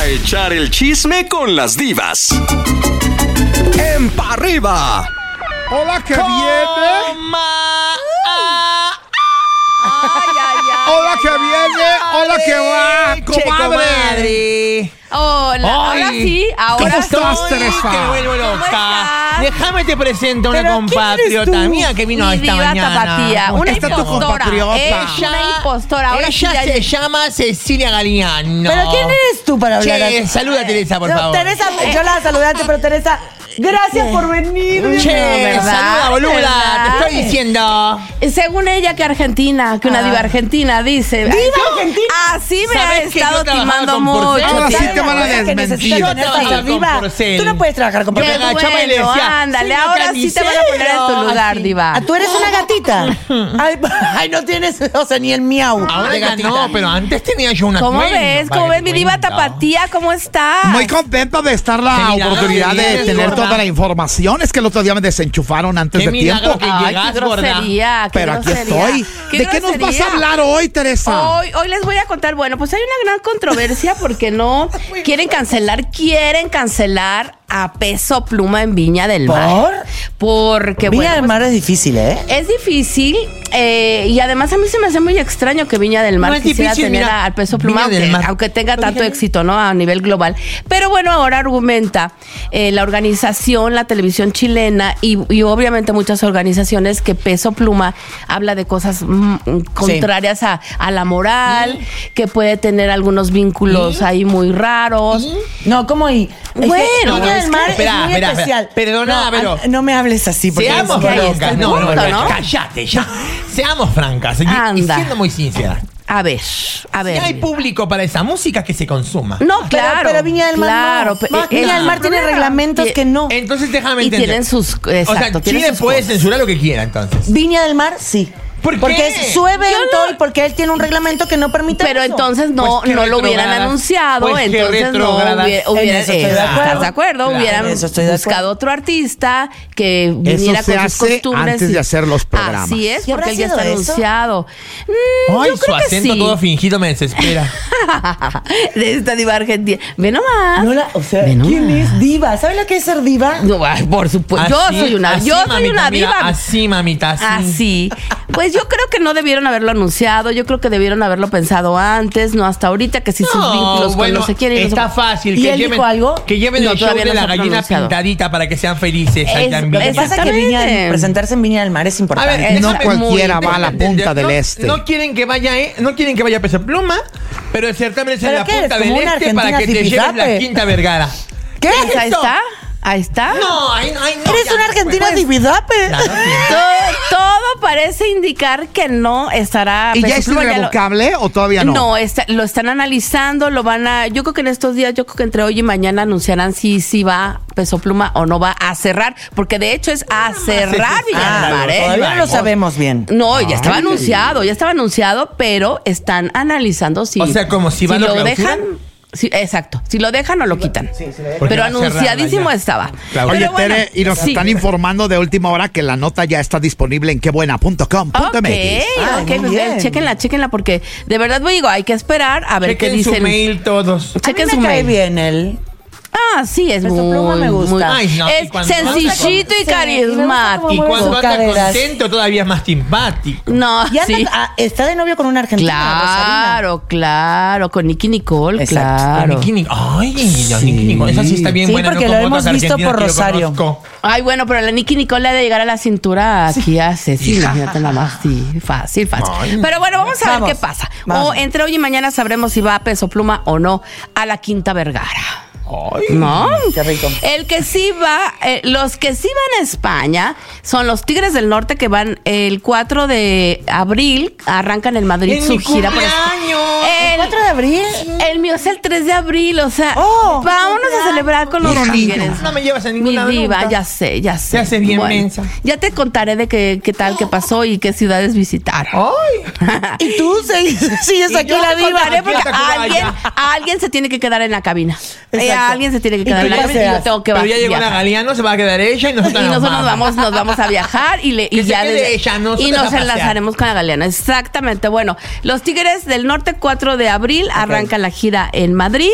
a echar el chisme con las divas. En pa' arriba. Hola, que viene. ah, Ay, ay, ay. Hola, que viene. Hola, que va. Comadre. Comadre. Hola, Ay. ahora sí, ahora ¿Cómo sí. estás, Ay, Teresa? Te vuelvo loca. estás? Déjame te presento a una ¿Pero quién eres compatriota tú? mía que vino Mi esta diva mañana. tapatía, una está tu impostora. compatriota? Es una impostora. Ahora sí ella ya- se llama Cecilia Galeano. ¿Pero quién eres tú para hablar? Che, así? saluda a Teresa, por No, favor. Teresa, yo la saludé antes, pero Teresa, gracias por venir. Che, ¿verdad? saluda, boluda. Te ¿verdad? estoy diciendo. Según ella que argentina, que una diva argentina dice. Diva argentina? Así me ha ¿Sabés que estado yo trabajaba timando con mucho. Porcel? Ahora sí tía. te van a Que necesitas desmentir. Yo tener trabajé panza con arriba. Porcel. Tú no puedes trabajar con Yo me papel. Qué agachaba y le bueno, decía, ándale, "Soy ahora sí te van a poner en tu carnicero". lugar, Así. diva. Ah, tú eres una gatita. Ay, ay, no tienes, o sea, ni el miau. Ahora de ya gatita. no, pero antes tenía yo una ¿Cómo cuenta, ves? ¿Cómo ves mi diva cuenta. tapatía? ¿Cómo estás? Muy contento de estar la Qué milagro oportunidad que de vienes, tener gorda. toda la información. Es que el otro día me desenchufaron antes Qué de tiempo. milagro que Ay, llegás, qué gorda. grosería, Ah, qué Pero aquí grosería. estoy. ¿De qué nos vas grosería? a hablar hoy, Teresa? Hoy, hoy les voy a contar, bueno, pues hay una gran controversia porque no quieren cancelar, quieren cancelar a peso pluma en Viña del Mar. Porque, Viña del bueno, Mar es difícil, ¿eh? pues, es difícil eh, y además a mí se me hace muy extraño que Viña del Mar No es quisiera difícil, tener mira, a- al peso pluma, Viña del aunque, Mar. aunque tenga tanto éxito, ¿no? A nivel global. Pero bueno, ahora argumenta eh, la organización, la televisión chilena y, y obviamente muchas organizaciones que peso pluma habla de cosas mm, contrarias a, a la moral, Mm. que puede tener algunos vínculos ahí muy raros. No, ¿cómo y? Es que Bueno, Viña es del que- Mar espera, es muy espera, especial. espera. Perdona, no, pero- a- no me hables así, porque Seamos es- francas. el No, no, punto, no, ¿no? Cállate ya. Seamos francas. Y, y Anda. siendo muy sinceras. A ver, a ver. Si hay público para esa música que se consuma. No, Pero- claro. Pero Viña del Mar. Claro, no. pe- Ma- eh, Viña del Mar tiene problema. reglamentos Y- que no. Entonces déjame Y entender. tienen sus- o exacto, sea, tienen Chile sus puede cosas. censurar lo que quiera entonces. Viña del Mar, sí. ¿Por porque qué? es su evento y porque él tiene un reglamento que no permite Pero eso. entonces no, Pues qué no lo hubieran retrógradas. anunciado, Pues qué entonces no retrógradas. hubie- En hubieran. eso estoy de ¿Estás acuerdo. de acuerdo? Claro, hubieran en eso estoy de buscado acuerdo. otro artista que viniera Eso se con sus hace costumbres. antes y- de hacer los programas. Así es, ¿Y habrá porque él ya sido está eso? anunciado. Mm, Ay, yo su creo que acento sí. todo fingido me desespera. de esta diva argentina. Ve nomás. No la- o sea, Ve nomás. ¿quién es diva? ¿Sabes lo que es ser diva? No, ay, por supuesto. Pues Yo Así, soy una, así, yo soy mamita, una mira, diva. así, mamita, así. Así. Pues yo creo que no debieron haberlo anunciado, yo creo que debieron haberlo pensado antes, no hasta ahorita, que si sus vínculos bueno, con no se quieren. y no sé está cu- fácil. ¿Y que él lleven, dijo algo? Que lleven No, el show todavía de no la se ha gallina pronunciado. pintadita para que sean felices. allá Es- en Viña. Lo que pasa es que Viña del- presentarse en Viña del Mar es A importante. ver, no déjame- cualquiera va a la déjame entender, punta del no- este. No quieren que vaya, eh, no quieren que vaya a Peso Pluma, pero el certamen es en ¿Pero la qué punta eres, del como una este para que te Argentina lleves la zipizape? quinta vergara. ¿Qué? Pues ahí eso? está, ahí está. No, ahí no, ahí no. Eres ya, una argentina pues. dividape. Ah, Claro, sí. Todo, todo parece indicar que no estará. ¿Y Peso ya es Pluma, lo- irrevocable o todavía no? No, está- lo están analizando, lo van a. Yo creo que en estos días, yo creo que entre hoy y mañana anunciarán si, si va Peso Pluma o no va a cerrar, porque de hecho es Ah, a cerrar Villa Ah, del Mar, ¿eh? Todavía no lo sabemos bien. No, ya estaba anunciado, ya estaba anunciado, pero están analizando si. O sea, como si van, lo, ¿lo clausuran? dejan. sí, exacto, si lo dejan o lo quitan. Porque Pero va a cerrar anunciadísimo allá. estaba. Claro. Oye, Pero bueno, Tere, y nos sí. están informando de última hora que la nota ya está disponible en quebuena.com.mx. Ok, Ah, ok, muy pues, bien. eh, chequenla, chequenla, porque de verdad pues, digo, hay que esperar a ver qué Chequen dicen. su mail todos. Chequen a mí su me cae mail. bien él. Ah, sí, es Peso muy, Pluma me gusta. muy- Ay, no, y es cuando- sencillito Sí, y y me gusta carismático. cómo Y mueve cuando sus anda caderas. contento todavía es más simpático. No, Y anda- sí. ah, está de novio con una argentina. Rosalina. Claro, claro, con Nicky Nicole, Exacto, con claro. Nicki Nic- Ay, la Nicki Nicole, esa sí está bien Sí, buena. porque no lo como hemos otras visto argentinas por que yo Rosario. conozco. Ay, bueno, pero la Nicky Nicole ha de llegar a la cintura aquí hace, sí, imagínate nada más, sí, fácil, fácil. Pero bueno, vamos a ver Vamos, qué pasa. vamos. O entre hoy y mañana sabremos si va a peso pluma o no a la Quinta Vergara. ¿No? Qué rico. El que sí va, eh, los que sí van a España son los Tigres del Norte que van el 4 de abril, arrancan en Madrid ¡En su mi gira por España. cumpleaños! ¿El El- 4 de abril? el mío es el 3 de abril, o sea, Oh, vámonos a celebrar con los Puro niño. tigres. No me llevas a Mi ninguna diva, nunca. ya sé, ya sé. Te haces bien mensa. Ya te contaré de qué, qué tal, qué pasó y qué ciudades visitaron. Ay. ¿Y tú se- sigues Y aquí yo la te diva? contaré Contaré Aquí porque hasta Cuba, alguien, ya. alguien se tiene que quedar en la cabina. Eh, Exacto. alguien se tiene que Y quedar tú en la ya cabina y yo seas. tengo que Pero va- ya llegó la viajar. Galeano, se va a quedar ella y Y nosotros nosotros nos vamos, nos vamos a viajar y, le, Que y se ya quede ella, nosotros y a nos pasear. enlazaremos con la Galeana. Exactamente. Bueno, los Tigres del Norte, 4 de abril, arranca la gira en Madrid.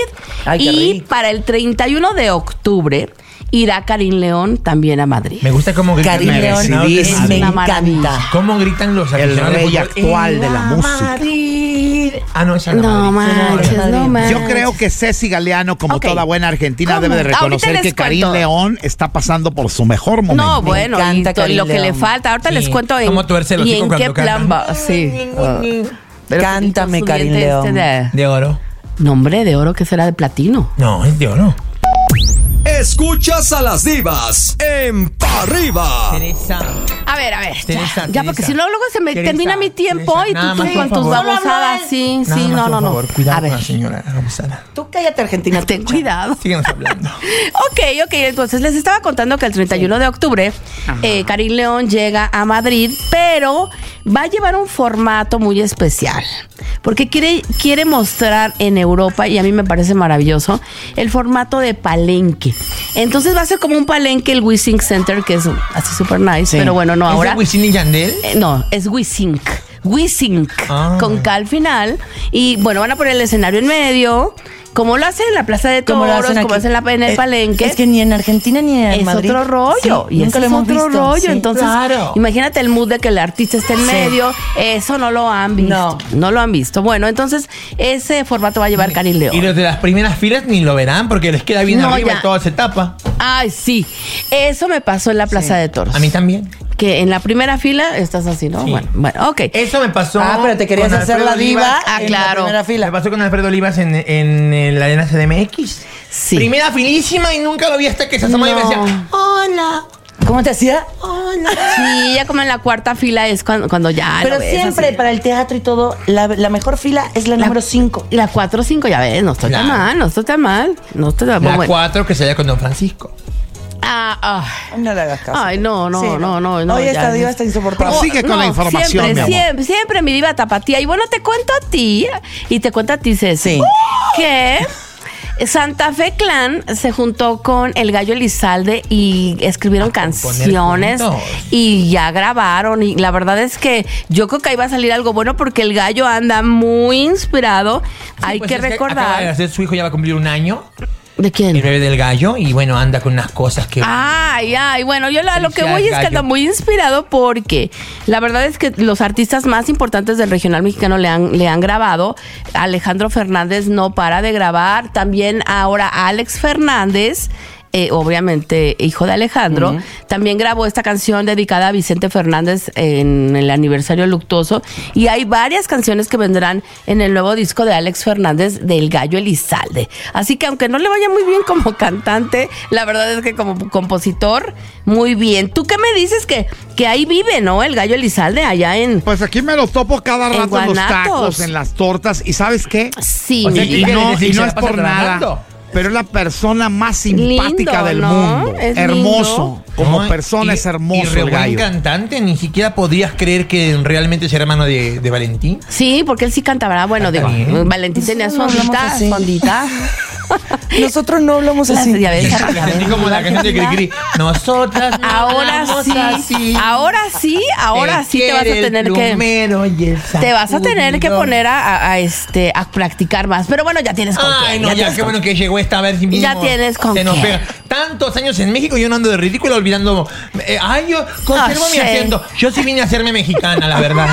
Ay, qué y rico. para el 31 de octubre irá Karim León también a Madrid. Me gusta cómo gritan Karim los León, aficionados de es- me Madrid. una maravilla. encanta. ¿Cómo gritan los El aficionados de rey fútbol? actual de la ¡Viva música! Madrid! Ah, no, esa era No Madrid. manches, Madrid. no Yo manches. Yo creo que Ceci Galeano, como Ok. toda buena argentina, ¿Cómo? debe de Ahorita reconocer les que Karim cuento. León está pasando por su mejor momento. No, bueno, y, encanta to- y lo Karim que le León. falta. Ahorita Sí. les cuento en, Cómo tuerce el y hocico en cuando qué canta. plan va. Sí. Ah. Ah. Pero Cántame, su Karim diente León. este de- De oro. Nombre de oro que será de platino. No, es de oro. Escuchas a las divas en Pa' arriba. Teresa. A ver, a ver. Ya, Teresa, ya, Teresa. porque si no, luego se me Teresa, termina mi tiempo Teresa, y nada tú, más, tú por con tus favor. babosadas. Sí, Nada sí, más, no, por no, no. favor, cuidado a con ver, la señora abusada. Tú cállate, Argentina. ten cuidado. Síguenos hablando. Ok, ok, entonces les estaba contando que el 31 de octubre eh, Karim León llega a Madrid, pero va a llevar un formato muy especial, porque quiere, quiere mostrar en Europa, y a mí me parece maravilloso, el formato de palenque. Entonces va a ser como un palenque el WeSync Center, que es así super nice, pero bueno, no, ¿Es de ahora... Wisin y Yandel? Eh, no, es WeSync. WeSync. Ah. Con K al final. Y bueno, van a poner el escenario en medio. Como lo hacen en la Plaza de Toros, como lo hacen, aquí. en, la, en el Eh, Palenque. Es que ni en Argentina ni en es Madrid. otro rollo. Sí, y nunca ese es lo hemos otro visto. rollo. Sí, Entonces, claro. imagínate el mood de que el artista esté en Sí. medio. Eso no lo han visto. No. No. lo han visto. Bueno, entonces ese formato va a llevar Karim León. Y los de las primeras filas ni lo verán porque les queda bien No, arriba ya. y todo se tapa. Ay, sí. Eso me pasó en la Plaza de Toros. A mí también. Que en la primera fila estás así, ¿no? Sí. Bueno, bueno, ok. Eso me pasó. Ah, pero te querías con hacer Alfredo la diva Olivas. Ah, en claro. la primera Me fila. pasó con Alfredo Olivas en, en, en la Arena CDMX. Sí. Primera filísima y nunca lo vi hasta que se asomó y me No. decía, Hola. ¿Cómo te hacía? Hola. Sí, ya como en la cuarta fila es cuando, cuando ya. Pero lo ves siempre así. para el teatro y todo, la, la mejor fila es la, La- número 5. La 4 o 5, ya ves, no estoy tan Claro. mal, no estoy tan mal. No estoy tan la bueno. cuatro que se haya con Don Francisco. Ah, ah. No le hagas caso. Ay, no, no, Sí, no, no, no. Oh, Oye, ya. esta diva está insoportable. Prosigue con la información, siempre, mi amor. Siempre, siempre mi diva tapatía. Y bueno, te cuento a ti, y te cuento a ti, Ceci, Sí. que Santa Fe Clan se juntó con El Gallo Elizalde y escribieron componer canciones juntos. y ya grabaron. Y la verdad es que yo creo que ahí va a salir algo bueno porque El Gallo anda muy inspirado. Hay Pues que es acaba de recordar. hacer, su hijo ya va a cumplir un año, ¿De quién? el bebé del gallo, y bueno, anda con unas cosas que... Ah. Ay, ay, bueno, yo la- lo que Felicidades, voy es que anda gallo. muy inspirado porque la verdad es que los artistas más importantes del regional mexicano le han, le han grabado. Alejandro Fernández no para de grabar. También ahora Alex Fernández. eh, obviamente, hijo de Alejandro, también grabó esta canción dedicada a Vicente Fernández en el aniversario luctuoso. Y hay varias canciones que vendrán en el nuevo disco de Alex Fernández del Gallo Elizalde. Así que aunque no le vaya muy bien como cantante, la verdad es que como compositor, muy bien. ¿Tú qué me dices que, que ahí vive, no? El Gallo Elizalde allá en... Pues aquí me lo topo cada En rato en, los Guanatos. tacos, en las tortas. ¿Y sabes qué? Sí, O sea, mi que Y diva. quiere no, decir y que no se la es pasa por nada. trabajando. Pero es la persona más simpática Lindo, del ¿no? mundo. Es hermoso. lindo. Como No, persona y- es hermoso Y re el buen gallo. cantante, ni siquiera podrías creer que realmente será hermano de, de Valentín. Sí, porque él sí cantaba. Bueno, Canta digo, bien. Valentín tenía su No hablamos ondita, así. su ondita. Nosotros no hablamos Las- así. ya ves, ya Así ves. como la canción de Cricri. Nosotras no Ahora hablamos sí, así. ahora sí, ahora El sí te vas a quiere, el tener que... plumero y el Te vas a tener que sacudido. poner a, a- a, este a practicar más. Pero bueno, ya tienes con Ay, quién, no, ya ya, tienes qué con bueno que llegó esta vez. y Ya mínimo tienes con Se nos qué. pega. Tantos años en México, yo no ando de ridículo olvidando. eh, ay, yo conservo Ah, mi sí. acento. Yo sí vine a hacerme mexicana, la verdad.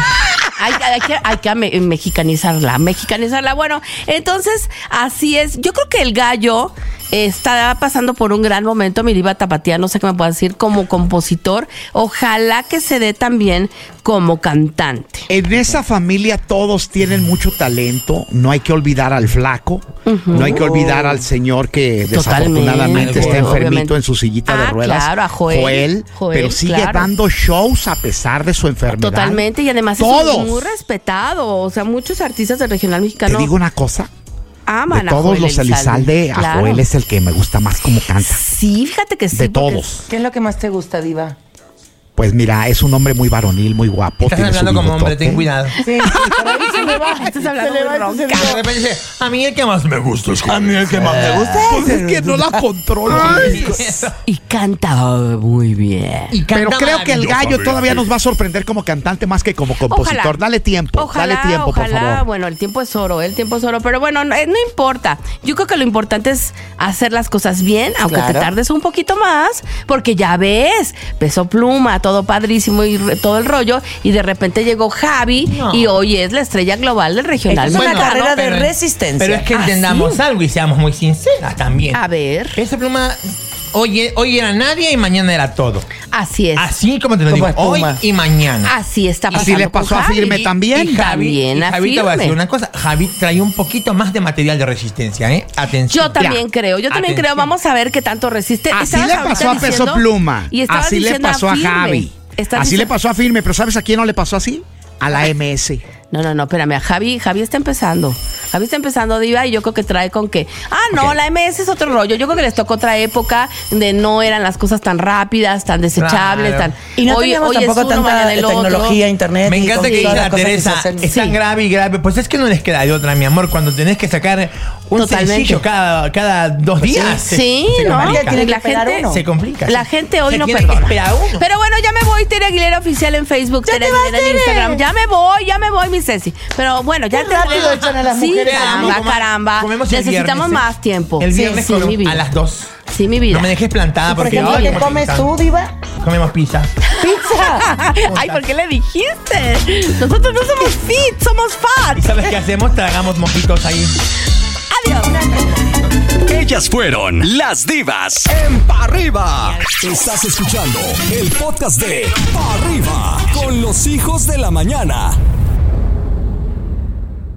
Hay, hay que, hay que ame- mexicanizarla, mexicanizarla. Bueno, entonces, así es. Yo creo que el gallo está pasando por un gran momento, mi diva Tapatía, no sé qué me pueda decir, como compositor. Ojalá que se dé también como cantante. En esa familia todos tienen mucho talento. No hay que olvidar al flaco. No hay que olvidar al señor que desafortunadamente Totalmente, está enfermito obviamente. en su sillita Ah, de ruedas. claro, a Joel. Joel, pero sigue claro. dando shows a pesar de su enfermedad. Totalmente, y además todos. es muy respetado. O sea, muchos artistas del regional Te mexicano digo una cosa. aman de a todos Joel los Elizalde, a Claro. Joel es el que me gusta más como canta. Sí, fíjate que sí. de porque- todos. ¿Qué es lo que más te gusta, diva? Pues mira, es un hombre muy varonil, muy guapo. Estás tiene su hablando como hombre, bigotote. ten cuidado. Sí, se le va. Estás hablando se le muy va, se le De va. repente dice, a mí el que más me gusta es A mí el que más me gusta. Pues es que no la controlo. Y canta muy bien. Y canta Pero creo que el gallo todavía nos va a sorprender como cantante más que como compositor. Ojalá. Dale tiempo, Ojalá, dale tiempo, ojalá. por favor. Bueno, el tiempo es oro, el tiempo es oro. Pero bueno, no, eh, no importa. Yo creo que lo importante es hacer las cosas bien, aunque te Claro. tardes un poquito más, porque ya ves, peso pluma, todo padrísimo y re- todo el rollo. Y de repente llegó Javi No. y hoy es la estrella global del regional. Es una mexicano. carrera de pero- resistencia. Pero es que Ah, entendamos sí. algo y seamos muy sinceras también. A ver, Esa pluma hoy, hoy era nadie y mañana era todo. así es. Así, Así como te lo Como digo, hoy espuma. y Ah, mañana. está pasando. Así le con pasó a Javi. Firme también. Y Javi, También y a Javi te voy a decir firme. una cosa. Javi trae un poquito más de material de resistencia, ¿eh? Atención. Yo también creo, yo también Atención. creo. Vamos a ver qué tanto resiste. Así Estabas le ahorita pasó a Peso diciendo- Pluma. y estabas así le diciendo "Ah, pasó a, Firme. Javi. Estás Así le diciendo- pasó a Firme. Pero ¿sabes a quién no le pasó así? A la MS. No, no, no, espérame, a Javi, Javi está empezando. Javi está empezando Diva y yo creo que trae con que, ah, no, la MS es otro rollo. Yo creo que les tocó otra época de no eran las cosas tan rápidas, tan desechables, Claro. tan Y no hoy- teníamos hoy es tampoco uno, tanta mañana el otro. tecnología, internet. Me y encanta que todas dice las la cosas que se Teresa, hacen. es tan Sí. grave y grave. Pues es que no les queda de otra, mi amor, cuando tenés que sacar un Totalmente. sencillo cada, cada dos días. se- Sí, se ¿no? complica. tiene que la esperar gente, uno. Se complica. La sí. gente hoy Se no tiene perdona. Que esperar uno. Pero bueno, ya me voy, Tere Aguilera Oficial en Facebook, Tere Aguilera en Instagram. Ya me voy, ya me voy, mi Ceci. Pero bueno, ya Qué te rápido voy. echan a las sí, mujeres. Caramba, Comemos- caramba. comemos el Necesitamos viernes, ¿eh? más tiempo. El Sí, viernes sí, como mi vida. a las dos. Sí, mi vida. No me dejes plantada Y, Por porque ejemplo, ay, ¿qué comemos comes pizza. tú, Diva? Comemos pizza. ¡Pizza! Ay, ¿por qué le dijiste? Nosotros no somos fit, somos ¿Y fat. sabes qué hacemos? Tragamos mojitos ahí. Adiós. Ellas fueron las divas en Parriba. Estás escuchando el podcast de Parriba con los hijos de la mañana.